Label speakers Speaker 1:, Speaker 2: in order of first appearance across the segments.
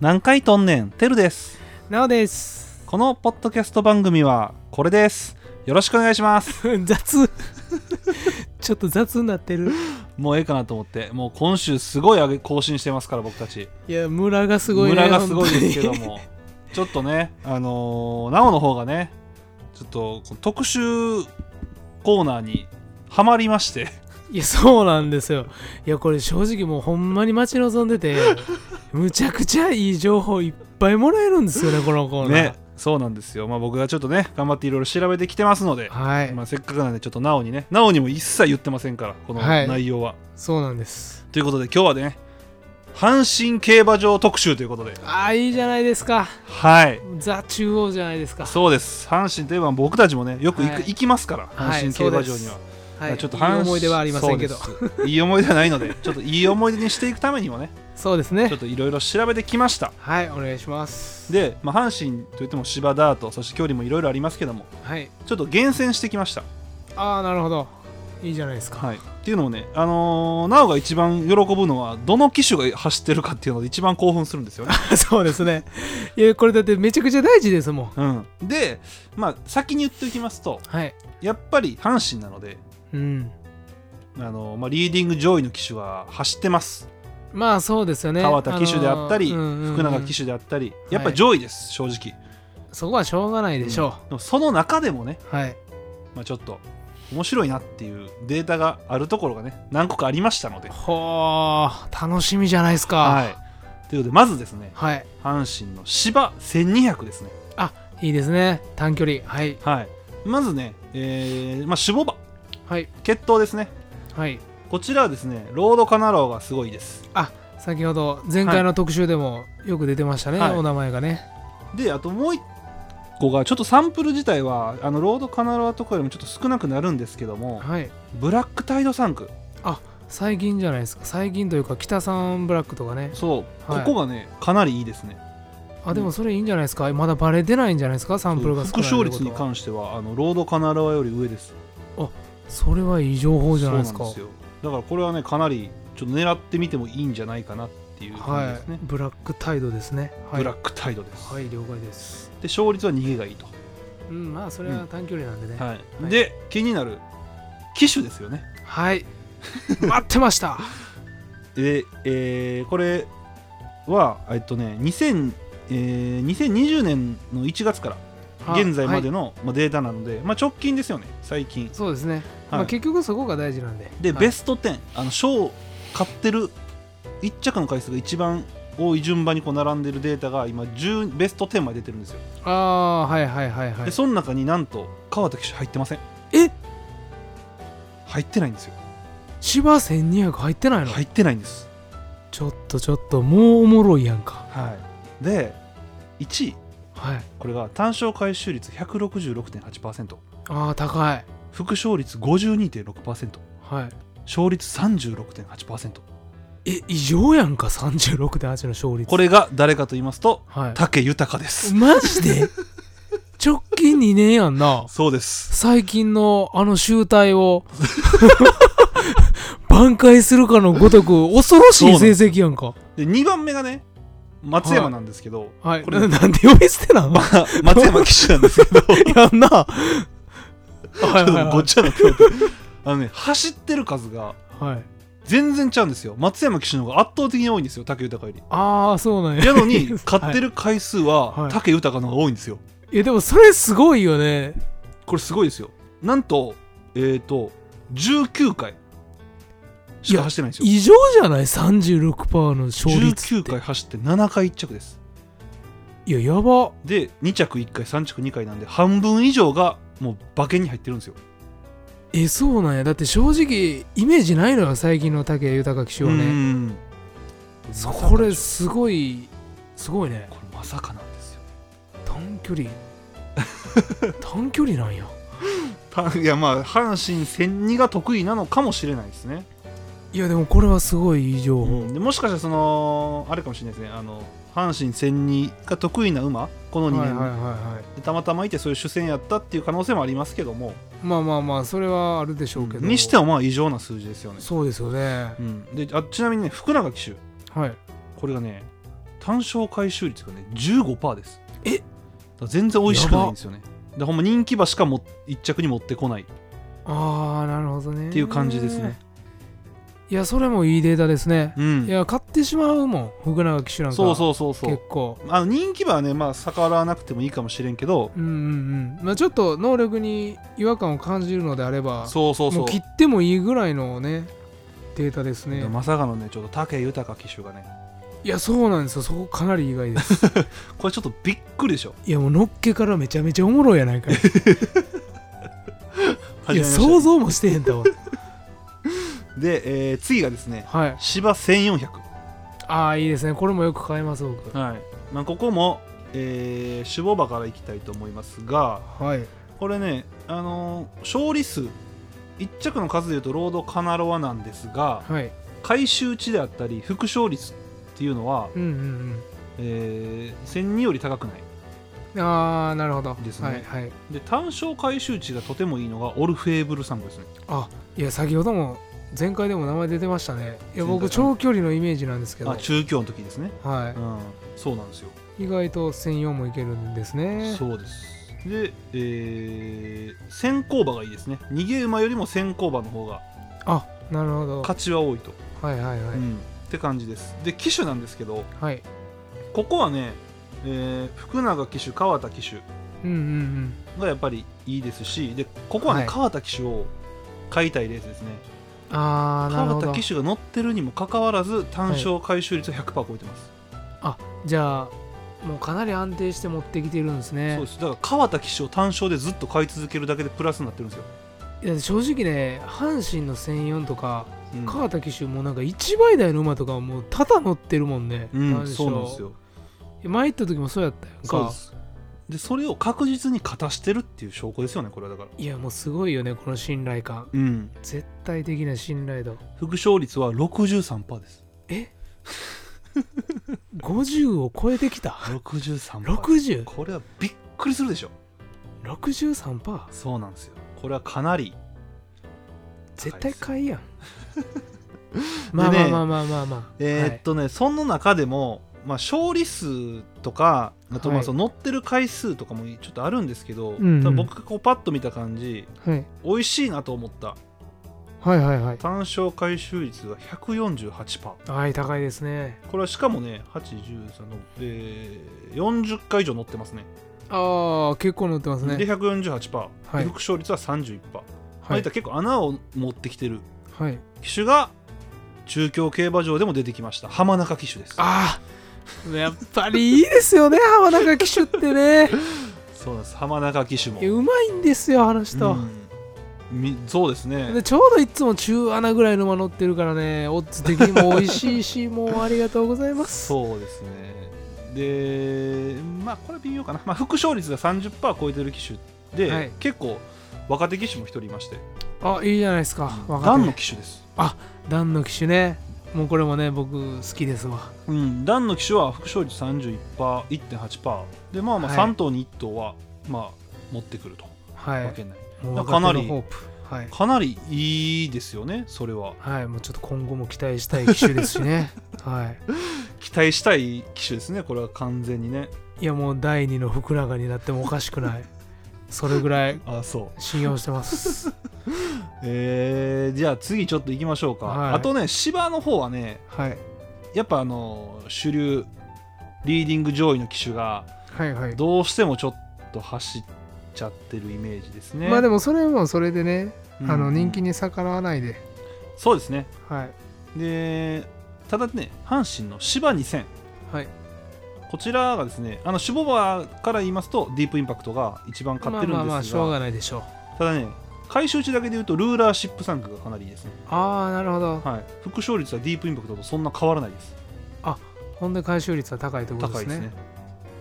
Speaker 1: 何回とんねんてるです
Speaker 2: なおです。
Speaker 1: このポッドキャスト番組はこれですよろしくお願いします
Speaker 2: 雑。 ちょっと雑になってる。
Speaker 1: もうええかなと思ってもう今週すごい上げ更新してますから僕たち
Speaker 2: いや、ムラがすごいね。
Speaker 1: 村がすごいですけど
Speaker 2: 本
Speaker 1: もちょっとねあのー、なおの方がねちょっとこの特集コーナーにはまりまして
Speaker 2: 当に。 いや、そうなんですよ。いや、これ正直もうほんまに待ち望んで て、むちゃくちゃいい情報いっぱいもらえるんですよね、このコーナー。
Speaker 1: ねそうなんですよまあ僕がちょっとね頑張っていろいろ調べてきてますので、
Speaker 2: はい、
Speaker 1: まあ、せっかくなんでちょっとなおにねなおにも一切言ってませんからこの
Speaker 2: はい
Speaker 1: 内容は、
Speaker 2: そうなんです。
Speaker 1: ということで今日はね阪神競馬場特集ということで
Speaker 2: ああ、いいじゃないですか。
Speaker 1: はい
Speaker 2: ザ中央じゃないですか。
Speaker 1: そうです阪神といえば僕たちもねよく行く、
Speaker 2: はい
Speaker 1: 行きますから
Speaker 2: は
Speaker 1: 阪
Speaker 2: い
Speaker 1: 神競馬場には、
Speaker 2: は
Speaker 1: ちょっと阪
Speaker 2: い
Speaker 1: 神
Speaker 2: い思い出はありませんけど。そう
Speaker 1: そうですいい思い出はないのでちょっといい思い出にしていくために もね
Speaker 2: です
Speaker 1: ちょ
Speaker 2: ね
Speaker 1: っ。といろいろ調べてきました
Speaker 2: はい、お願いします。
Speaker 1: で、まあ、阪神といっても芝ダートそして距離もいろいろありますけども
Speaker 2: はい。
Speaker 1: ちょっと厳選してきました、
Speaker 2: ああ、なるほど。いいじゃないですか。
Speaker 1: はい、っていうのもね、あのーなおが一番喜ぶのはどの機種が走ってるかっていうので一番興奮するん ですよね、
Speaker 2: そうですね。いや、これだってめちゃくちゃ大事ですもん。
Speaker 1: うん、で、まあ、先に言っておきますと
Speaker 2: はい。
Speaker 1: やっぱり阪神なので、
Speaker 2: うん。
Speaker 1: あのーまあ、リーディング上位の機種は走ってます
Speaker 2: まあそうですよね。
Speaker 1: 川田機種であったり、
Speaker 2: あのーうんうんうん
Speaker 1: 福永機種であったりやっぱ
Speaker 2: はい
Speaker 1: 上位です、正直
Speaker 2: そこはしょうがないでしょ
Speaker 1: でもその中でもね、
Speaker 2: う。はい。
Speaker 1: まあ、ちょっと面白いなっていうデータがあるところがね何個かありましたので、
Speaker 2: ほー、楽しみじゃないですか。
Speaker 1: はい、ということでまずですね
Speaker 2: はい。い、
Speaker 1: 阪神の芝1200ですね、
Speaker 2: あいいですね。短距離。はい。
Speaker 1: はい、まずね、えーまあ、種牡馬
Speaker 2: はい。
Speaker 1: 血統ですね
Speaker 2: はい。
Speaker 1: こちらはですねロードカナローがすごいです
Speaker 2: あ先ほど前回の特集でもよく出てましたね、
Speaker 1: はい
Speaker 2: お名前がね。
Speaker 1: であともう一個がちょっとサンプル自体はあのロードカナロアとかよりもちょっと少なくなるんですけども
Speaker 2: はい。
Speaker 1: ブラックタイドサンク
Speaker 2: 最近じゃないですか。最近というか、北さんブラックとかね。
Speaker 1: そう、
Speaker 2: はい
Speaker 1: ここがねかなりいいですね
Speaker 2: あ、でもそれいいんじゃないですか。まだバレてないんじゃないですか、サンプルが少ない
Speaker 1: 副勝率に
Speaker 2: 関
Speaker 1: 関してはあのロードカナロアより上です
Speaker 2: それはいい情報じゃないですか。
Speaker 1: そうなんですよだからこれはねかなりちょっと狙ってみてもいいんじゃないかなっていう感じ
Speaker 2: は
Speaker 1: です
Speaker 2: い、
Speaker 1: ね、
Speaker 2: ブラックタイドですね。はい、
Speaker 1: ブラックタイドです、
Speaker 2: はい、了解です。
Speaker 1: で勝率は逃げがいいと、
Speaker 2: うん、まあ、それは短距離なんでね。
Speaker 1: はい
Speaker 2: はい
Speaker 1: で気になる機種ですよね
Speaker 2: はい。待って ました。
Speaker 1: で、えーこれはえっとね2000、えー2020年の1月から現在まで
Speaker 2: はい
Speaker 1: の、まあ、データなので、まあ、直近ですよね最近
Speaker 2: そうですね。ま
Speaker 1: はい
Speaker 2: あ、結局そこが大事なんで。
Speaker 1: で、
Speaker 2: はい
Speaker 1: ベスト10あの賞を買ってる1着の回数が一番多い順番にこう並んでるデータが今10ベスト10まで出てるんですよ、
Speaker 2: ああ、はいはいはいはい
Speaker 1: で。その中になんと川田騎手入ってません
Speaker 2: え、
Speaker 1: 入ってないんですよ
Speaker 2: 芝千二百入ってないの、
Speaker 1: 入ってないんです
Speaker 2: ちょっとちょっと、もうおもろいやんか。
Speaker 1: はいで1位
Speaker 2: はい。
Speaker 1: これが単勝回収率166.8%
Speaker 2: ああ、高い。
Speaker 1: 副勝率52.6%
Speaker 2: はい。
Speaker 1: 勝率36.8%
Speaker 2: え、異常やんか、三十六点八の勝率。
Speaker 1: こ。れが誰かと言いますと
Speaker 2: はい。
Speaker 1: 武豊です
Speaker 2: マジ で。直近二年やんな。
Speaker 1: そうです
Speaker 2: 最近のあの集大を 挽回するかのごとく恐ろしい成績やんか。
Speaker 1: で2番目がね松山なんですけど、
Speaker 2: はい、
Speaker 1: こ
Speaker 2: こ
Speaker 1: れ
Speaker 2: れ ななんで呼び捨てなの
Speaker 1: まあ松山騎手なんですけど ちょ
Speaker 2: やんな。は
Speaker 1: っ
Speaker 2: いはい
Speaker 1: とごっちゃな競技あのね走ってる数が
Speaker 2: はい、はい。
Speaker 1: 全然ちゃうんですよ松山騎手の方が圧倒的に多いんですよ武豊よ り
Speaker 2: ああ、そうなんや。
Speaker 1: やの に勝って
Speaker 2: る。
Speaker 1: る回数
Speaker 2: は
Speaker 1: はい武豊の方が多いんですよ
Speaker 2: いや、でもそれすごいよね。
Speaker 1: これすごいですよなんとえっ、ー、と19回しか走ってないんですよ
Speaker 2: 異常じゃない ?36% の勝率っ
Speaker 1: 19
Speaker 2: て。
Speaker 1: 回走って7回1着です
Speaker 2: いや、やば。
Speaker 1: で2着1回3着2回なんで半分以上がもう馬券に入ってるんですよ
Speaker 2: え、そうなんや。だって正直、イメージないのよ、最近の武豊騎手は
Speaker 1: う
Speaker 2: ね。
Speaker 1: ん
Speaker 2: そこれすごい、すごいね。
Speaker 1: これまさかなんですよ
Speaker 2: 短距離 短距離なんや
Speaker 1: たいやまあ阪神戦2が得意なのかもしれないですね、
Speaker 2: いやでもこれはすごいいい情報、
Speaker 1: でもしかしたらそのあれかもしれないですねあの阪神戦2が得意な馬この2
Speaker 2: はい
Speaker 1: 年、
Speaker 2: はいはいはい
Speaker 1: でたまたまいてそういう主戦やったっていう可能性もありますけども
Speaker 2: まあまあまあそれはあるでしょうけど、
Speaker 1: にして
Speaker 2: も
Speaker 1: もまあ異常な数字ですよね、
Speaker 2: そうですよね
Speaker 1: う、ん、であちなみにね福永騎手
Speaker 2: はい
Speaker 1: これがね単勝回収率がね15%です
Speaker 2: え
Speaker 1: だから全然美味しくないんですよねでほんま人気馬しかも一着に持ってこないっ
Speaker 2: ああなるほどね
Speaker 1: ていう感じですね、
Speaker 2: いやそれもいいデータですね、
Speaker 1: うん
Speaker 2: いや買ってしまうもん福永騎手なんか
Speaker 1: そうそうそうそう
Speaker 2: 結構
Speaker 1: あの人気馬はねまあ逆らわなくてもいいかもしれんけど
Speaker 2: うんうんうんまあちょっと能力に違和感を感じるのであれば
Speaker 1: そうそうそ
Speaker 2: も
Speaker 1: う
Speaker 2: う切ってもいいぐらいのねデータですね
Speaker 1: まさかのねちょっと武豊騎手がね
Speaker 2: いやそうなんですよそこかなり意外です
Speaker 1: これちょっとびっくりでしょ
Speaker 2: いやもうのっけからめちゃめちゃおもろいやな いかいい
Speaker 1: 初め
Speaker 2: や
Speaker 1: まして
Speaker 2: 想像もしてへんだわ
Speaker 1: で、えー次がですね
Speaker 2: はい
Speaker 1: 芝1400
Speaker 2: ああいいですねこれもよく買います僕
Speaker 1: はいまあ、ここも、えー、守護馬からいきたいと思いますが
Speaker 2: はい
Speaker 1: これね、あのー勝利数1着の数でいうとロードカナロアなんですが
Speaker 2: はい
Speaker 1: 回収値であったり副勝率っていうのは、
Speaker 2: うんうん
Speaker 1: えー、1002より高くない
Speaker 2: うんああなるほど
Speaker 1: ですね
Speaker 2: はいはい
Speaker 1: で単勝回収値がとてもいいのがオルフェーブルサンゴですね
Speaker 2: あいや先ほども前回でも名前出てましたねいや
Speaker 1: 前
Speaker 2: 僕
Speaker 1: 回かな
Speaker 2: 長距離のイメージなんですけど
Speaker 1: あ中京の時ですね、
Speaker 2: は
Speaker 1: うん、そうなんですよ
Speaker 2: い意外と1004もいけるんですね
Speaker 1: そうですで、えー、先行馬がいいですね逃げ馬よりも先行馬の方が
Speaker 2: あなるほど
Speaker 1: 勝ちは多いと、
Speaker 2: はいはいはい、
Speaker 1: うん、って感じですで騎手なんですけど
Speaker 2: はい
Speaker 1: ここはね、えー福永騎手川田騎手
Speaker 2: うんうんうん
Speaker 1: がやっぱりいいですしでここはね、
Speaker 2: はい
Speaker 1: 川田騎手を買いたいレースですね
Speaker 2: ああなる
Speaker 1: 川
Speaker 2: ほ
Speaker 1: 田
Speaker 2: ど
Speaker 1: 騎手が乗ってるにもかかわらず単勝回収率は100%超えてます、
Speaker 2: じゃあもうかなり安定して持ってきてるんですね
Speaker 1: そうですだから川田騎手を単勝でずっと買い続けるだけでプラスになってるんですよ、
Speaker 2: いや正直ね阪神の1004とか
Speaker 1: うん
Speaker 2: 川田騎手もなんか1倍台の馬とかもうただ乗ってるもんね、
Speaker 1: うん、
Speaker 2: でし
Speaker 1: そ
Speaker 2: ょ
Speaker 1: うなんですよ
Speaker 2: 前行った時もそうやったやんか
Speaker 1: そうですでそれを確実に勝たしてるっていう証拠ですよねこれはだから
Speaker 2: いやもうすごいよねこの信頼感
Speaker 1: うん
Speaker 2: 絶対的な信頼度
Speaker 1: 副勝率は63%です
Speaker 2: 50を超えてきた
Speaker 1: 63%
Speaker 2: 6063%
Speaker 1: これはびっくりするでしょそうなんですよこれはかなり
Speaker 2: 絶対
Speaker 1: か
Speaker 2: 買いやんまあまあまあまあまあまあ、
Speaker 1: えーっとね、その中でも、まあ、勝利数とかあとま
Speaker 2: は
Speaker 1: あ
Speaker 2: い
Speaker 1: その乗ってる回数とかもちょっとあるんですけど、
Speaker 2: んうん
Speaker 1: 多分僕がこうパッと見た感じ
Speaker 2: はい、
Speaker 1: 美味しいなと思った
Speaker 2: はいはいはいはい
Speaker 1: 単勝回収率が148%こ
Speaker 2: はい高いですね
Speaker 1: れはしかもね813の、えー、40回以上乗ってますね
Speaker 2: ああ結構乗ってます
Speaker 1: で
Speaker 2: ね
Speaker 1: 148%、
Speaker 2: はい
Speaker 1: で副勝率は31%、まあ
Speaker 2: は
Speaker 1: 言
Speaker 2: い
Speaker 1: ったら結構穴を持ってきてる
Speaker 2: はい
Speaker 1: 機種が中京競馬場でも出てきました浜中機種です
Speaker 2: ああやっぱりいいですよね浜中騎手ってね
Speaker 1: そうなんです浜中機種も
Speaker 2: いやうまいんですよあの人、
Speaker 1: うんみそうですね
Speaker 2: でちょうどいつも中穴ぐらいの馬乗ってるからねオッズ的にも美味しいしもうありがとうございます
Speaker 1: そうですねでまあこれは微妙かな、まあ、副勝率が30%超えてる機種で、
Speaker 2: はい
Speaker 1: 結構若手機種も一人いまして
Speaker 2: あいいじゃないですか
Speaker 1: ダ
Speaker 2: 若
Speaker 1: ンの
Speaker 2: 手
Speaker 1: 機種です
Speaker 2: ダンの騎手ねもうこれもね僕好きですわ
Speaker 1: うんダンの機種は副勝率 31%1.8% でまあまあ
Speaker 2: はい
Speaker 1: 3頭に1頭は、まあ持ってくると
Speaker 2: は
Speaker 1: わ
Speaker 2: い
Speaker 1: けない
Speaker 2: もう
Speaker 1: だからか
Speaker 2: 若手
Speaker 1: な
Speaker 2: の
Speaker 1: り
Speaker 2: ホープはい、
Speaker 1: かなりいいですよねそれは
Speaker 2: はい、もうちょっと今後も期待したい騎手です しねはい
Speaker 1: 期待したい機種ですねこれは完全にね
Speaker 2: いやもう第二の福永になってもおかしくないそれぐらい
Speaker 1: あそう
Speaker 2: 信用してます
Speaker 1: えー、じゃあ次ちょっと行きましょうか、
Speaker 2: はい
Speaker 1: あとね芝の方はね
Speaker 2: はい
Speaker 1: やっぱあの主流リーディング上位の機種が
Speaker 2: はいはい
Speaker 1: どうしてもちょっと走っちゃってるイメージですね
Speaker 2: まあでもそれもそれでね、
Speaker 1: うん
Speaker 2: あの人気に逆らわないで、
Speaker 1: そうですね
Speaker 2: はい
Speaker 1: でただね阪神の芝2000
Speaker 2: はい
Speaker 1: こちらがですねあの守護馬から言いますとディープインパクトが一番勝ってるんですが、
Speaker 2: まあまあまあしょうがないでしょう
Speaker 1: ただね回収値だけで言うとルーラーシップ産区がかなりいいですね、
Speaker 2: ああなるほど
Speaker 1: はい、副勝率はディープインパクトとそんな変わらないです
Speaker 2: ほんで回収率は高いということ
Speaker 1: 高
Speaker 2: で
Speaker 1: い
Speaker 2: す
Speaker 1: で
Speaker 2: ね
Speaker 1: すね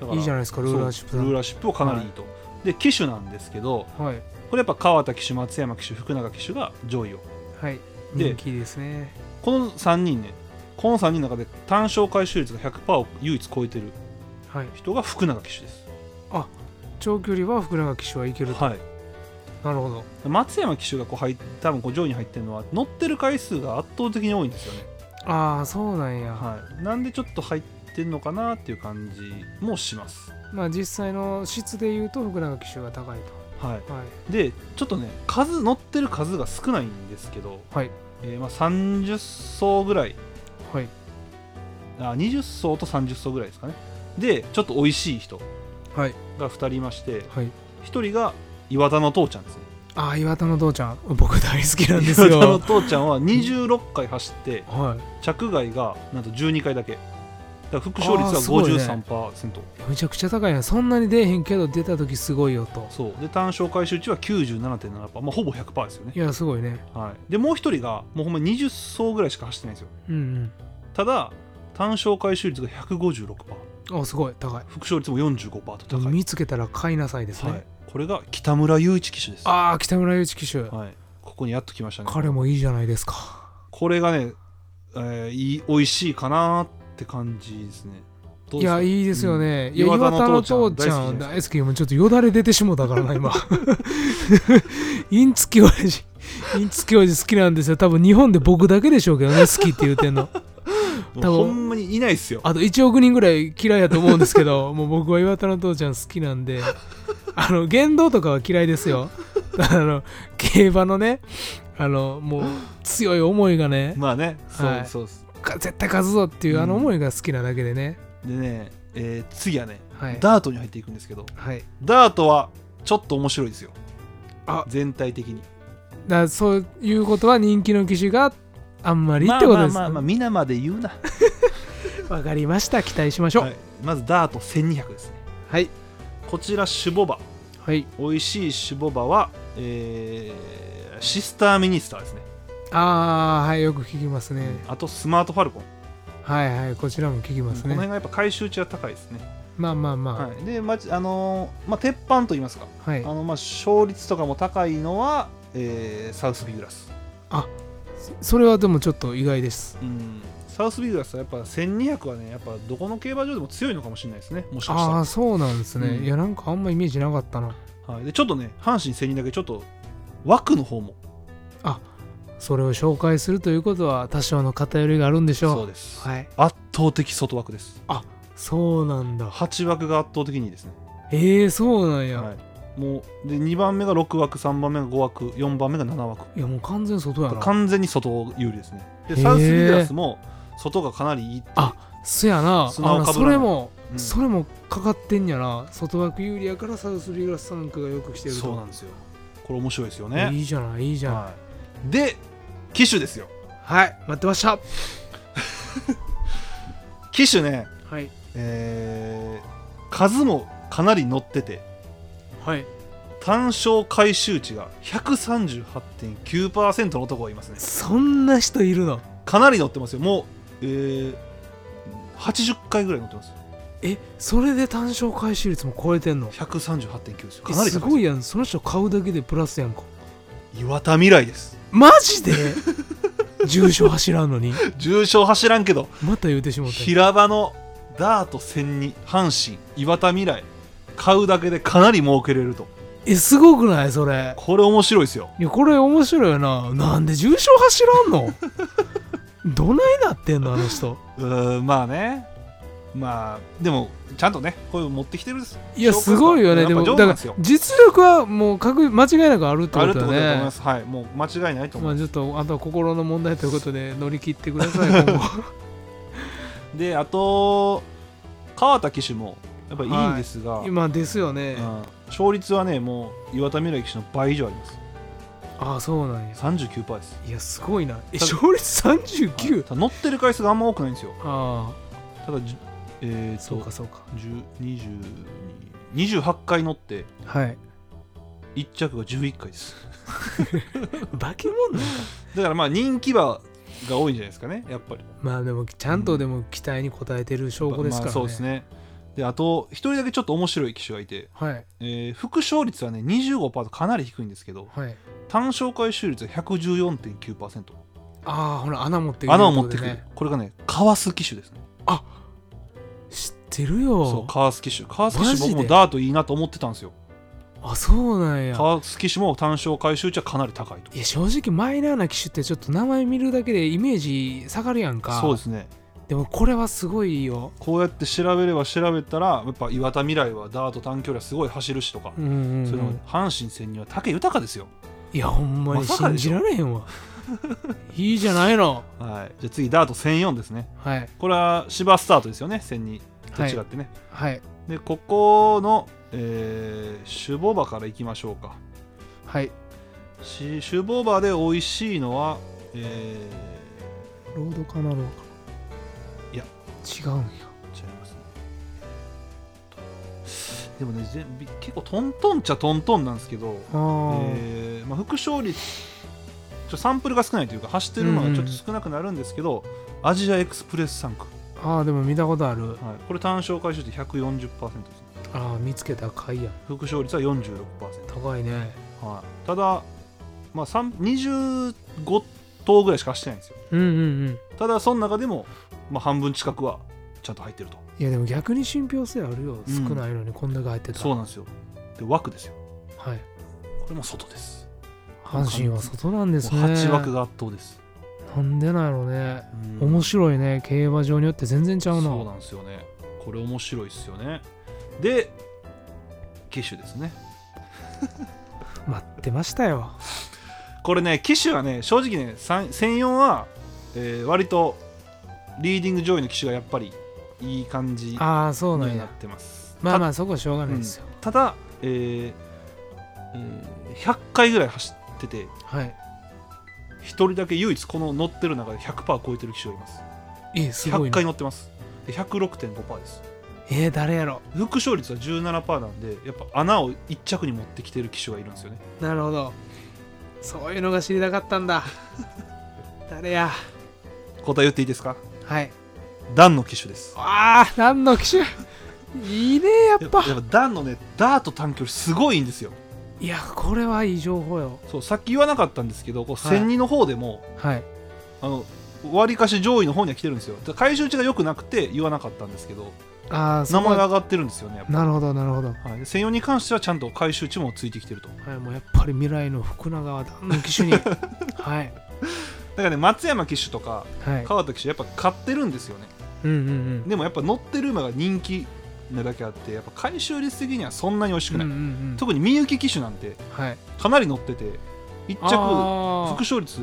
Speaker 1: だから
Speaker 2: いいじゃないですかルーラーシップ
Speaker 1: そうルーラーシップをかなりいいと、で機種なんですけど
Speaker 2: はい
Speaker 1: これやっぱ川田騎手松山騎手福永騎手が上位を
Speaker 2: はい
Speaker 1: で
Speaker 2: 人気ですね
Speaker 1: この3人ねこの3人の中で単勝回収率が100%を唯一超えてる
Speaker 2: はい
Speaker 1: 人が福永騎手です、
Speaker 2: 長距離は福永騎手はいけると
Speaker 1: はい、
Speaker 2: なるほど
Speaker 1: 松山騎手がこう入っ多分こう上位に入ってるのは乗ってる回数が圧倒的に多いんですよね
Speaker 2: ああそうなんや、
Speaker 1: はい、なんでちょっと入ってんのかなっていう感じもします、
Speaker 2: まあ実際の質で言うと福永騎手が高
Speaker 1: は
Speaker 2: いとはい
Speaker 1: い、でちょっとね数乗ってる数が少ないんですけど、
Speaker 2: はい
Speaker 1: えーまあ、30層ぐらい
Speaker 2: はい
Speaker 1: あ20層と30層ぐらいですかねでちょっと美味しい人
Speaker 2: はい
Speaker 1: が2人いまして
Speaker 2: はい
Speaker 1: 1人が岩田の父ちゃんですね
Speaker 2: ああ岩田の父ちゃん僕大好きなんです
Speaker 1: 岩田の
Speaker 2: よ
Speaker 1: 父ちゃんは26回走って
Speaker 2: は
Speaker 1: 着外がなんと12回だけだから副勝率
Speaker 2: あーすごいね
Speaker 1: は53%、
Speaker 2: いむちゃくちゃ高いなそんなに出えへんけど出た時すごいよと
Speaker 1: そうで単勝回収値は97.7%、まあ、ほぼ100%ですよね
Speaker 2: いやすごいね
Speaker 1: はい、でもう1人がもうほんま20走ぐらいしか走ってないんですよ
Speaker 2: うん
Speaker 1: ただ単勝回収率が156%
Speaker 2: うんあすごい高い
Speaker 1: 副勝率も45%と高い、
Speaker 2: 見つけたら買いなさいですね、
Speaker 1: はい、これが北村雄一騎手です、は
Speaker 2: ああ北村祐一騎手、
Speaker 1: い、ここにやっときましたね
Speaker 2: 彼もいいじゃないですか
Speaker 1: これがね、えーいい美味しいかなって感じですねどうで
Speaker 2: い
Speaker 1: す
Speaker 2: や
Speaker 1: か
Speaker 2: いいですよね、
Speaker 1: ん
Speaker 2: いや岩
Speaker 1: 岩
Speaker 2: 田
Speaker 1: 田
Speaker 2: の
Speaker 1: の
Speaker 2: 父
Speaker 1: 父
Speaker 2: ち
Speaker 1: ち
Speaker 2: ゃ
Speaker 1: ゃ
Speaker 2: ん
Speaker 1: ん
Speaker 2: 大好きもうちょっとよだれ出てしもたからな今 インツキおやじインツキおやじ好きなんですよ多分日本で僕だけでしょうけどね好きって言うてんの
Speaker 1: もう
Speaker 2: 多分
Speaker 1: ほんまにいないっすよ
Speaker 2: あと1億人ぐらい嫌いやと思うんですけど もう僕は岩田の父ちゃん好きなんであの言動とかは嫌いですよあの競馬のねあのもう強い思いがね
Speaker 1: まあねそう、
Speaker 2: はい
Speaker 1: そうっす
Speaker 2: か絶対勝つぞっていうあの思いが好きなだけでね、
Speaker 1: でね、えー次はね、
Speaker 2: はい
Speaker 1: ダートに入っていくんですけど
Speaker 2: はい
Speaker 1: ダートはちょっと面白いですよ
Speaker 2: あ
Speaker 1: 全体的に
Speaker 2: だからそういうことは人気の騎手があんまりってことです
Speaker 1: まあまあまあまあ
Speaker 2: わ、
Speaker 1: 皆まで言うな
Speaker 2: かりました期待しましょう
Speaker 1: はい、まずダート1200ですね
Speaker 2: はい
Speaker 1: こちらシュボバ
Speaker 2: はい
Speaker 1: 美味しいシュボバは、えーシスターミニスターですね
Speaker 2: ああはいよく聞きますね、
Speaker 1: あとスマートファルコン、
Speaker 2: はいはいこちらも聞きま
Speaker 1: こ
Speaker 2: す
Speaker 1: の
Speaker 2: ね、
Speaker 1: 辺がやっぱ回収値が高いですね、
Speaker 2: まあまあまあ、
Speaker 1: はい、で、まじあのーまあ、鉄板といいますか、
Speaker 2: はい
Speaker 1: あのまあ勝率とかも高いのは、えーサウスビグラス、
Speaker 2: それはでもちょっと意外です
Speaker 1: うん、サウスビグラスはやっぱ1200はねやっぱどこの競馬場でも強いのかもしれないですねもしかした
Speaker 2: ああそうなんですね、
Speaker 1: うん
Speaker 2: いやなんかあんまイメージなかったな
Speaker 1: ら、はい、でちょっとね阪神1000人だけちょっと枠の方も
Speaker 2: それを紹介するということは多少の偏りがあるんでしょう
Speaker 1: そうです、
Speaker 2: はい
Speaker 1: 圧倒的外枠です
Speaker 2: そうなんだ
Speaker 1: 8枠が圧倒的にいいですね
Speaker 2: ええそうなんや、
Speaker 1: はい、もうで2番目が6枠3番目が5枠4番目が7枠
Speaker 2: い、やもう完全外やな
Speaker 1: 完全に外有利ですねで
Speaker 2: へー
Speaker 1: サウスビグラスも外がかなりいいって
Speaker 2: あそやな
Speaker 1: 砂を
Speaker 2: あ
Speaker 1: かぶ
Speaker 2: そ
Speaker 1: らない
Speaker 2: れも、
Speaker 1: うん
Speaker 2: それもかかってんやな外枠有利やからサウスリーグラス3区がよく来てると
Speaker 1: そうなんですよこれ面白いですよ
Speaker 2: ね
Speaker 1: ね
Speaker 2: いいじゃないいいじゃない
Speaker 1: はい、で機種ですよ
Speaker 2: はい、待ってました
Speaker 1: 機種ね
Speaker 2: はい
Speaker 1: えー数もかなり乗ってて
Speaker 2: はい
Speaker 1: 単勝回収値が138.9%のとこがいますね
Speaker 2: そんな人いるの
Speaker 1: かなり乗ってますよもう、えー、80回ぐらい乗ってます
Speaker 2: えそれで単勝回収率も超えてんの
Speaker 1: 138.9ですよ
Speaker 2: え
Speaker 1: かなり高いですす
Speaker 2: ごいやんその人買うだけでプラス やんか
Speaker 1: 岩田未来です
Speaker 2: マジで住所走ら んのに
Speaker 1: 重賞走らんけど
Speaker 2: また言うてしもうた
Speaker 1: 平場のダート戦に阪神岩田未来買うだけでかなり儲けれると
Speaker 2: えすごくないそれ
Speaker 1: これ面白いですよ
Speaker 2: いやこれ面白いよななんで重賞走ら んのどないなってんのあの人
Speaker 1: うーんまあねまあでもちゃんとねこういうの持ってきてるんです
Speaker 2: いや
Speaker 1: 紹介
Speaker 2: すごいよね
Speaker 1: やっ
Speaker 2: で
Speaker 1: ぱ
Speaker 2: も
Speaker 1: 上手
Speaker 2: だ
Speaker 1: なんで
Speaker 2: か
Speaker 1: すよ
Speaker 2: ら実力はもう確間違いなくあるって
Speaker 1: あ
Speaker 2: こ
Speaker 1: るっ
Speaker 2: と
Speaker 1: てことだと
Speaker 2: だ
Speaker 1: 思い
Speaker 2: ね
Speaker 1: ます、はいもう間違いないと思
Speaker 2: ま
Speaker 1: い
Speaker 2: あ
Speaker 1: ま
Speaker 2: ち
Speaker 1: す、
Speaker 2: ょっとあとは心の問題というこ とで乗り切ってください今後
Speaker 1: であと川田騎手もやっぱりいいんですが、
Speaker 2: 今ですよね
Speaker 1: うん勝率はねもう岩田未来騎手の倍以上あります
Speaker 2: ああそうなんや
Speaker 1: 39%です
Speaker 2: いやすごいなえ
Speaker 1: ただ
Speaker 2: 勝率
Speaker 1: はい
Speaker 2: 39?
Speaker 1: ただ乗ってる回数があんま多くないんですよ
Speaker 2: あ
Speaker 1: ただじゅえー、
Speaker 2: あそう
Speaker 1: と
Speaker 2: かそうか
Speaker 1: 10 20 28回乗って
Speaker 2: はい
Speaker 1: 1着が11回です
Speaker 2: 化け物なんか
Speaker 1: だからまあ人気馬が多いんじゃないですかねやっぱり
Speaker 2: まあでもちゃんとでも期待に応えてる証拠です
Speaker 1: ま
Speaker 2: からね
Speaker 1: あ、そうですねであと1人だけちょっと面白い騎手がいて、
Speaker 2: はい
Speaker 1: えー副勝率はね25%とかなり低いんですけど
Speaker 2: はい
Speaker 1: 単勝回収率は114.9%
Speaker 2: ああほら穴持ってくる
Speaker 1: 穴を持ってく
Speaker 2: こ
Speaker 1: る、
Speaker 2: とでね
Speaker 1: これがねかわす騎手ですね
Speaker 2: 知ってる
Speaker 1: そう
Speaker 2: よ
Speaker 1: かわす騎手かわす騎
Speaker 2: マ
Speaker 1: 手
Speaker 2: ジで
Speaker 1: 僕もダートいいなと思ってたんですよ
Speaker 2: あそうなんや
Speaker 1: 川崎市も単勝回収値はかなり高いと
Speaker 2: いや正直マイナーな機種ってちょっと名前見るだけでイメージ下がるやんか
Speaker 1: そうですね
Speaker 2: でもこれはすごいよ
Speaker 1: こうやって調べれば調べたらやっぱ岩田未来はダート短距離はすごい走るしとか、
Speaker 2: うんうん、
Speaker 1: そうれも
Speaker 2: ん、
Speaker 1: 阪神戦には武豊ですよ
Speaker 2: いやほんまに
Speaker 1: まさか
Speaker 2: 信
Speaker 1: でし
Speaker 2: じ
Speaker 1: ょ
Speaker 2: られへん わいいじゃないの
Speaker 1: はいじゃあ次ダート1004ですね
Speaker 2: はい
Speaker 1: これは芝スタートですよね1002と違ってね、
Speaker 2: はい
Speaker 1: でここの、えー、守護馬からいきましょうか
Speaker 2: はい
Speaker 1: し守護馬で美味しいのは、え
Speaker 2: ロードかなロードかない
Speaker 1: や
Speaker 2: 違うんや
Speaker 1: ー、違いますねでもねぜんび結構トントンっちゃトントンなんですけど、
Speaker 2: あー、
Speaker 1: えーまあ、副勝率ちょサンプルが少ないというか走ってるのがちょっと少なくなるんですけど、アジアエクスプレス3区、
Speaker 2: あーでも見たことある
Speaker 1: はい、これ単勝回収率140%ですね
Speaker 2: ああ見つけたかいや
Speaker 1: 副勝率は46%、
Speaker 2: 高いね
Speaker 1: はい、ただ、まあ、3 25頭ぐらいしか走ってないんですよ
Speaker 2: うんうんうん
Speaker 1: ただその中でも、まあ、半分近くはちゃんと入ってると
Speaker 2: いやでも逆に信憑性あるよ少ないのにこんだけ入ってたら、
Speaker 1: そうなんですよで枠ですよ
Speaker 2: はい
Speaker 1: これも外です
Speaker 2: 阪神は外なんですね
Speaker 1: もう8枠が圧倒です、
Speaker 2: なんでなんやろうね
Speaker 1: うん
Speaker 2: 面白いね競馬場によって全然ちゃうな
Speaker 1: そうなんですよねこれ面白いですよねで機種ですね
Speaker 2: 待ってましたよ
Speaker 1: これね機種はね正直ね3 1004は、えー割とリーディング上位の機種がやっぱりいい感じにな
Speaker 2: ああそうなん
Speaker 1: っ
Speaker 2: や
Speaker 1: てます
Speaker 2: まあまあそこはしょうがないですよ、
Speaker 1: ただ、えーえー100回ぐらい走ってて
Speaker 2: はい
Speaker 1: 1人だけ唯一この乗ってる中で100%超えてる機種がいます
Speaker 2: えすごい
Speaker 1: 100
Speaker 2: な
Speaker 1: 回乗ってますで106.5%です
Speaker 2: えー、誰やろ
Speaker 1: 副勝率は17%なんでやっぱ穴を1着に持ってきてる機種がいるんですよね
Speaker 2: なるほどそういうのが知りたかった んだ誰や
Speaker 1: 答え言っていいですか
Speaker 2: はい
Speaker 1: ダンの機種です
Speaker 2: ああ何の機種いいねや
Speaker 1: や
Speaker 2: っ
Speaker 1: っ
Speaker 2: ぱ
Speaker 1: ぱやっぱダンのねダート短距離すごいんですよ
Speaker 2: いやこれはいい情報よ
Speaker 1: そうさっき言わなかったんですけどこう
Speaker 2: はい
Speaker 1: 1002の方でも、
Speaker 2: はい
Speaker 1: あの割かし上位の方には来てるんですよだから回収値が良くなくて言わなかったんですけど
Speaker 2: ああ
Speaker 1: 名前が
Speaker 2: が
Speaker 1: 上がってるんですよねやっぱ
Speaker 2: なるほどなるほど
Speaker 1: はい、で専用に関してはちゃんと回収値もついてきてるとだ
Speaker 2: はいもうやっぱり未来の福永は何の機種 にはい
Speaker 1: からね松山騎手とか
Speaker 2: はい
Speaker 1: 川田騎手やっぱ買ってるんですよね
Speaker 2: うんうんうん
Speaker 1: でもやっぱ乗ってる馬が人気なだけあってやっぱ回収率的にはそんなに美味しくない、
Speaker 2: うんうんうん、
Speaker 1: 特にみゆき騎手なんて
Speaker 2: はい
Speaker 1: かなり乗ってて1着
Speaker 2: あ
Speaker 1: 副勝率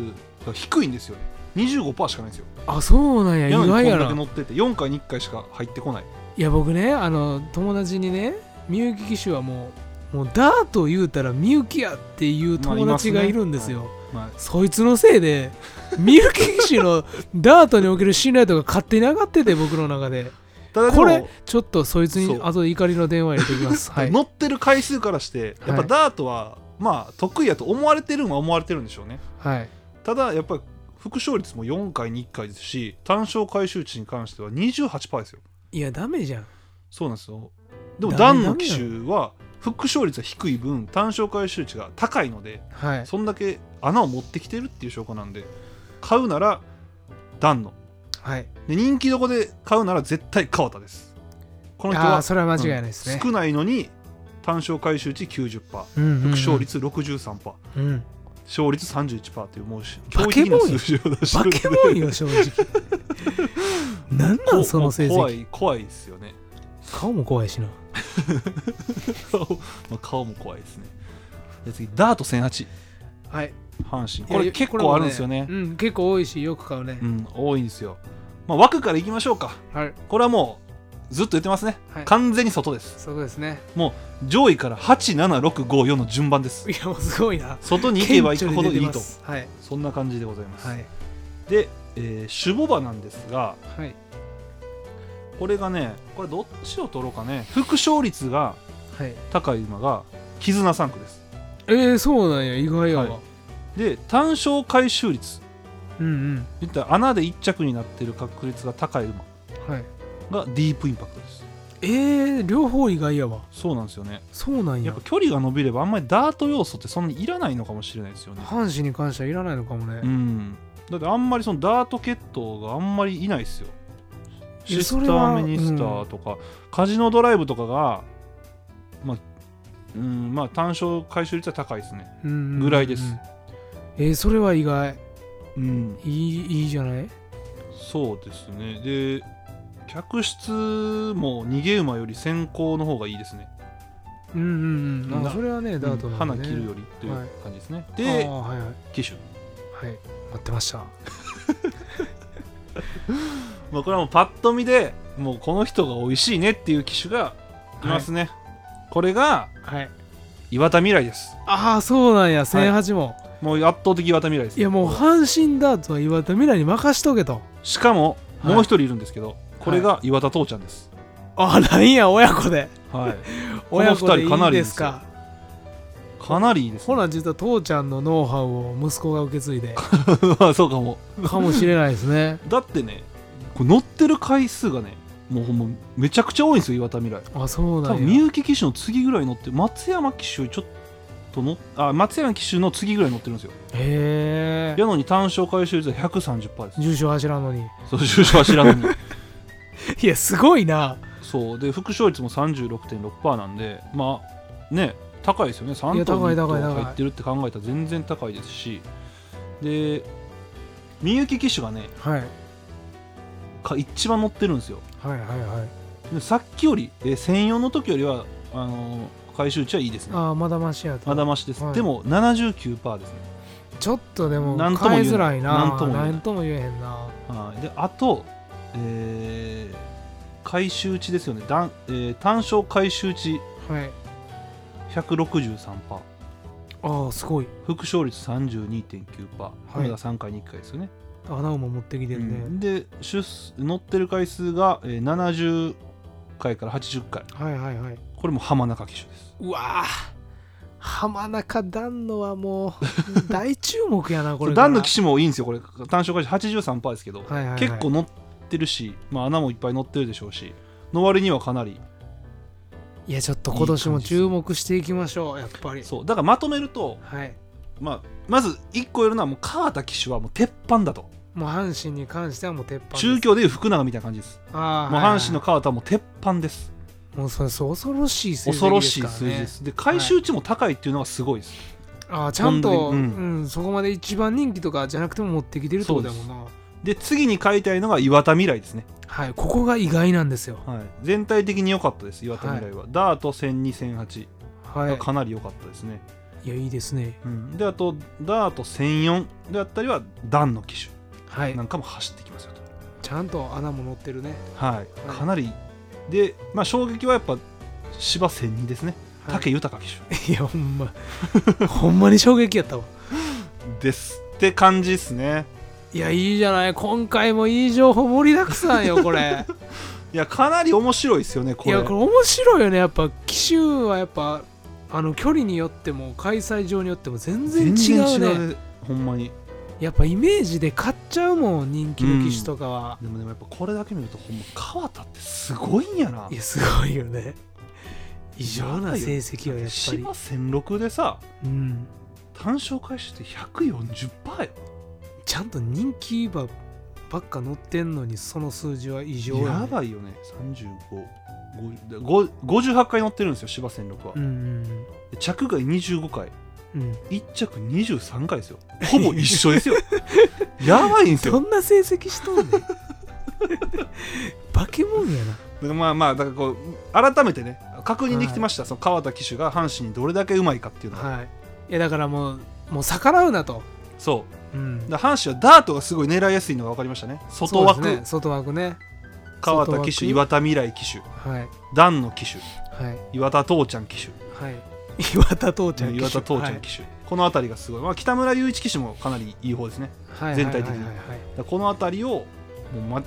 Speaker 1: が低いんですよね25%しかないんですよ
Speaker 2: ーあそうなんや
Speaker 1: なの
Speaker 2: 意
Speaker 1: にこん
Speaker 2: 外
Speaker 1: だ
Speaker 2: や
Speaker 1: け
Speaker 2: な
Speaker 1: 乗ってて4回に1回しか入ってこない
Speaker 2: いや僕ねあの友達にねみゆき騎手はもうもうダート言うたらみゆきやっていう友達がいるんですよ、
Speaker 1: ままあ
Speaker 2: そいつのせいでみゆき騎手の ダートにおける信頼度が勝手に上がってて僕の中で
Speaker 1: ただでも
Speaker 2: これちょっとそいつに
Speaker 1: そう
Speaker 2: 後で怒りの電話入れてき ますはい
Speaker 1: 乗ってる回数からしてやっ
Speaker 2: は
Speaker 1: ぱ
Speaker 2: い
Speaker 1: ダートは、まあ得意やと思われてるのは思われてるんでしょうね
Speaker 2: はい
Speaker 1: ただやっぱり副勝率も4回に1回ですし単勝回収値に関しては28%ですよ
Speaker 2: いやダメじゃん
Speaker 1: そうなんですよでも
Speaker 2: ダ
Speaker 1: ダ
Speaker 2: メ
Speaker 1: ンの機種は副勝率は低い分単勝回収値が高いので
Speaker 2: はい
Speaker 1: そんだけ穴を持ってきてるっていう証拠なんで買うならダンの
Speaker 2: はい
Speaker 1: で人気どこで買うなら絶対川田ですこの人
Speaker 2: ああ
Speaker 1: は
Speaker 2: ーそれは間違いないです
Speaker 1: うん
Speaker 2: ね、
Speaker 1: 少ないのに単勝回収値90%
Speaker 2: うんうんうん
Speaker 1: 副勝率63%、
Speaker 2: うん
Speaker 1: 勝率31%というもうし
Speaker 2: バ
Speaker 1: 驚異
Speaker 2: ケ
Speaker 1: 的
Speaker 2: モン
Speaker 1: な
Speaker 2: や
Speaker 1: 数字を出して
Speaker 2: 化
Speaker 1: るんで
Speaker 2: け物よ 正直なんなん その成
Speaker 1: もう怖
Speaker 2: 績
Speaker 1: い怖いですよね
Speaker 2: 顔も怖いしな
Speaker 1: まあ顔も怖いですねで次ダート1008
Speaker 2: はい
Speaker 1: 阪神これ結構あるんですよね
Speaker 2: うん結構多いしよく買うね
Speaker 1: うん多いんですよ、まあ、枠からいきましょうか
Speaker 2: はい
Speaker 1: これはもうずっと言ってますね、
Speaker 2: はい
Speaker 1: 完全に外です
Speaker 2: そうですね
Speaker 1: 上位から87654の順番です
Speaker 2: いやもうすごいな
Speaker 1: 外に行けば行くほどい
Speaker 2: 顕
Speaker 1: い
Speaker 2: 著に出て
Speaker 1: と
Speaker 2: ますはい
Speaker 1: そんな感じでございます、
Speaker 2: はい
Speaker 1: で、えー、守護馬なんですが
Speaker 2: はい
Speaker 1: これがねこれどっちを取ろうかね副勝率が
Speaker 2: はい
Speaker 1: 高い馬が絆3区です
Speaker 2: えー、そうなんや意外やわ、
Speaker 1: はいで単勝回収率
Speaker 2: うん
Speaker 1: いったら穴で1着になってる確率が高い馬
Speaker 2: うんはい
Speaker 1: がディープインパクトです
Speaker 2: えー、両方意外やわ
Speaker 1: そうなんですよね
Speaker 2: そうなん
Speaker 1: や
Speaker 2: や
Speaker 1: っぱ距離が伸びればあんまりダート要素ってそんなにいらないのかもしれないですよね
Speaker 2: 阪神に関してはいらないのかもね、
Speaker 1: うんだってあんまりそのダート決闘があんまりいないですよ
Speaker 2: いや
Speaker 1: シスタ
Speaker 2: それは
Speaker 1: ーミニスターとか、カジノドライブとかがまあうんまあ単勝回収率は高いですね
Speaker 2: うんうんうんうん
Speaker 1: ぐらいです
Speaker 2: えーそれは意外
Speaker 1: うん
Speaker 2: いいいいじゃない
Speaker 1: そうですねで客室も逃げ馬より先行の方がいいですね
Speaker 2: うんうんうんあ
Speaker 1: な
Speaker 2: それはねダート
Speaker 1: うん
Speaker 2: の、ね
Speaker 1: 花切るよりという
Speaker 2: はい
Speaker 1: 感じですね、
Speaker 2: あー
Speaker 1: で
Speaker 2: はいはい
Speaker 1: 機種
Speaker 2: はい待ってました
Speaker 1: まあこれはもうパッと見でもうこの人が美味しいねっていう機種がいますね、これが
Speaker 2: はい
Speaker 1: 岩田未来です
Speaker 2: ああそうなんや1008も、
Speaker 1: もう圧倒的岩田未来です
Speaker 2: い、やもう阪神ダートは岩田未来に任しとけと
Speaker 1: しかも
Speaker 2: はい
Speaker 1: もう一人いるんですけど、これが岩田父ちゃんです
Speaker 2: あなんや親子で
Speaker 1: はい、この
Speaker 2: 親
Speaker 1: 二
Speaker 2: 子
Speaker 1: 人
Speaker 2: でい
Speaker 1: かないりいい
Speaker 2: で
Speaker 1: んですすよ
Speaker 2: か
Speaker 1: かなりいいです
Speaker 2: ほ
Speaker 1: ね、
Speaker 2: ら実は父ちゃんのノウハウを息子が受け継 いで
Speaker 1: まあそうかも
Speaker 2: かもしれないですね
Speaker 1: だってねこう乗ってる回数がねもうほんまめちゃくちゃ多いんですよ岩田未来
Speaker 2: あそうな
Speaker 1: 多
Speaker 2: ん
Speaker 1: 分
Speaker 2: や
Speaker 1: 三幸騎手の次ぐらい乗って松山騎手よりちょっとのあ松山騎手の次ぐらい乗ってるんですよ
Speaker 2: へえ
Speaker 1: やのに単勝回収率は130%です
Speaker 2: 住所走らんのに
Speaker 1: そう重賞は知らんのに
Speaker 2: いやすごいな
Speaker 1: そうで副賞率も36.6%なんでまあね高いですよね
Speaker 2: い
Speaker 1: 3
Speaker 2: や
Speaker 1: 頭
Speaker 2: 高い
Speaker 1: 2頭
Speaker 2: 高い高い
Speaker 1: 入ってるって考えたら全然高いですしで三幸騎手がね
Speaker 2: はい
Speaker 1: か一番乗ってるんですよ
Speaker 2: はいはいはい
Speaker 1: でさっきより、えー、1004の時よりはあのー回収値はいいですね
Speaker 2: ああまだましやと
Speaker 1: まだましです、
Speaker 2: はい
Speaker 1: でも79%ですね
Speaker 2: ちょっとでも
Speaker 1: なんとも
Speaker 2: 変
Speaker 1: 言
Speaker 2: え
Speaker 1: う
Speaker 2: づらいな
Speaker 1: なんとも言う
Speaker 2: なんとも言えへんな
Speaker 1: はい、であと、えー回収値ですよねだん、えー単勝回収値
Speaker 2: はい
Speaker 1: 163%
Speaker 2: ああすごい
Speaker 1: 副勝率32.9%、これが3回に1回ですよね、
Speaker 2: 穴をも持ってきてるね、
Speaker 1: うんで出す乗ってる回数が、えー70回から80回
Speaker 2: はいはいはい
Speaker 1: これも浜中騎手です
Speaker 2: うわぁ浜中団の はもう大注目やなこ
Speaker 1: これ
Speaker 2: れ
Speaker 1: 段の騎手もいいんですよこれ単勝回収83%ですけど、
Speaker 2: はいはいはい
Speaker 1: 結構乗ってるし、まあ、穴もいっぱい乗ってるでしょうしの割にはかなり
Speaker 2: いやちょっと今年も注目していきましょうやっぱり
Speaker 1: そうだからまとめると、
Speaker 2: はい
Speaker 1: まあ、まず1個言えるのはもう川田騎手はもう鉄板だと
Speaker 2: もう阪神に関してはもう鉄板です
Speaker 1: 中京でいう福永みたいな感じです
Speaker 2: あー
Speaker 1: もう
Speaker 2: はいはい
Speaker 1: 阪神の川田はもう鉄板です
Speaker 2: もうそれそう恐ろしい数字ですか
Speaker 1: 恐
Speaker 2: ら、ね、
Speaker 1: ろしい数字です。で、回収値も高いっていうのがすごいです。
Speaker 2: あーちゃんと、う
Speaker 1: 本当にうん
Speaker 2: そこまで一番人気とかじゃなくても持ってきてるってことだもんな
Speaker 1: で、次に買いたいのが岩田未来ですね。
Speaker 2: はいここが意外なんですよ
Speaker 1: はい、全体的に良かったです、岩田未来は。ダート1002、1008
Speaker 2: は
Speaker 1: が
Speaker 2: い
Speaker 1: かなり良かったですね。
Speaker 2: いやいいですね
Speaker 1: うんで、あと、ダート1004であったりは、ダンの機
Speaker 2: は
Speaker 1: 種
Speaker 2: い
Speaker 1: なんかも走ってきますよと。
Speaker 2: ちゃんと穴も乗ってるね、
Speaker 1: はい、かなり。で、まあ、衝撃はやっぱ、芝1002ですね。
Speaker 2: はい
Speaker 1: 武豊騎手
Speaker 2: いやほんま ほんまに衝撃やったわ
Speaker 1: です。って感じですね。
Speaker 2: いやいいじゃない今回もいい情報盛りだくさん よこれ
Speaker 1: いや、かなり面白いですよね、こ
Speaker 2: い
Speaker 1: れ。
Speaker 2: やこれ面白いよねやっぱ紀州はやっぱあの距離によっても開催場によっても全然違うね
Speaker 1: うね。ほんまに。
Speaker 2: やっぱイメージで買っちゃうもん人気の機種とかは、
Speaker 1: でもでもやっぱこれだけ見るとほんま川田ってすごいんやない
Speaker 2: やすごいよね異常な成績よやっぱり
Speaker 1: 芝1006でさ
Speaker 2: うん
Speaker 1: 単勝回収って140%よ
Speaker 2: ちゃんと人気馬ばっか乗ってんのにその数字は異常ね
Speaker 1: やばいよね35 50 58回乗ってるんですよ芝1006は、
Speaker 2: うんうん
Speaker 1: で着外25回
Speaker 2: うんうん
Speaker 1: 1着23回ですよほぼ一緒 ですよやばいんです
Speaker 2: ど
Speaker 1: よ
Speaker 2: んな成績しとん ねん化け物やな
Speaker 1: だからまあまあだからこう改めてね確認できてました、その川田騎手が阪神にどれだけうまいかっていうのは、
Speaker 2: はいいやだからもうもう逆らうなと、、
Speaker 1: そううんだから阪神はダートがすごい狙いやすいのが分かりましたね外枠、
Speaker 2: そうですね外枠ね
Speaker 1: 川田騎手
Speaker 2: 外枠
Speaker 1: 岩田未来騎手
Speaker 2: はい
Speaker 1: 段野騎手
Speaker 2: はい
Speaker 1: 岩田父ちゃん騎手
Speaker 2: はい岩田父ちゃん
Speaker 1: 岩田父ちゃん騎手、この辺りがすごい、まあ、北村雄一騎手もかなりいい方ですね
Speaker 2: はい
Speaker 1: 全体的に
Speaker 2: はいはい
Speaker 1: だからこの辺りをもう、ま、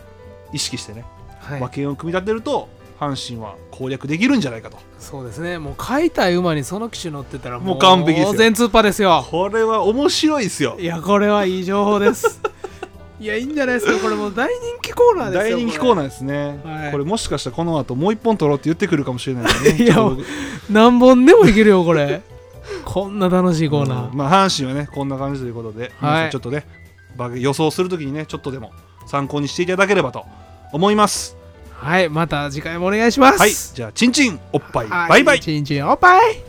Speaker 1: 意識してね
Speaker 2: はいはい、
Speaker 1: 馬券を組み立てると阪神は攻略できるんじゃないかと
Speaker 2: そうですねもう買いたい馬にその機種乗ってたら
Speaker 1: もう完璧ですよ
Speaker 2: 当然突破ですよ
Speaker 1: これは面白いですよ
Speaker 2: いやこれはいい情報です いやいいんじゃないですかこれもう大人気コーナーです
Speaker 1: 大
Speaker 2: よ
Speaker 1: 人気コー
Speaker 2: ナ
Speaker 1: ナーですね、
Speaker 2: はい
Speaker 1: これもしかしたらこの後もう一本取ろうって言ってくるかもしれないのでね
Speaker 2: いや
Speaker 1: ちょっと僕
Speaker 2: ー何本でもいけるよこれこんな楽しいコーナー、
Speaker 1: うんまあ、阪神はねこんな感じということで、皆さんちょっとね馬券予想するときにねちょっとでも参考にしていただければと思います
Speaker 2: はいまた次回もお願いします
Speaker 1: はいじゃあチンチンおっぱい
Speaker 2: はい
Speaker 1: バイバイ
Speaker 2: チンチンおっぱい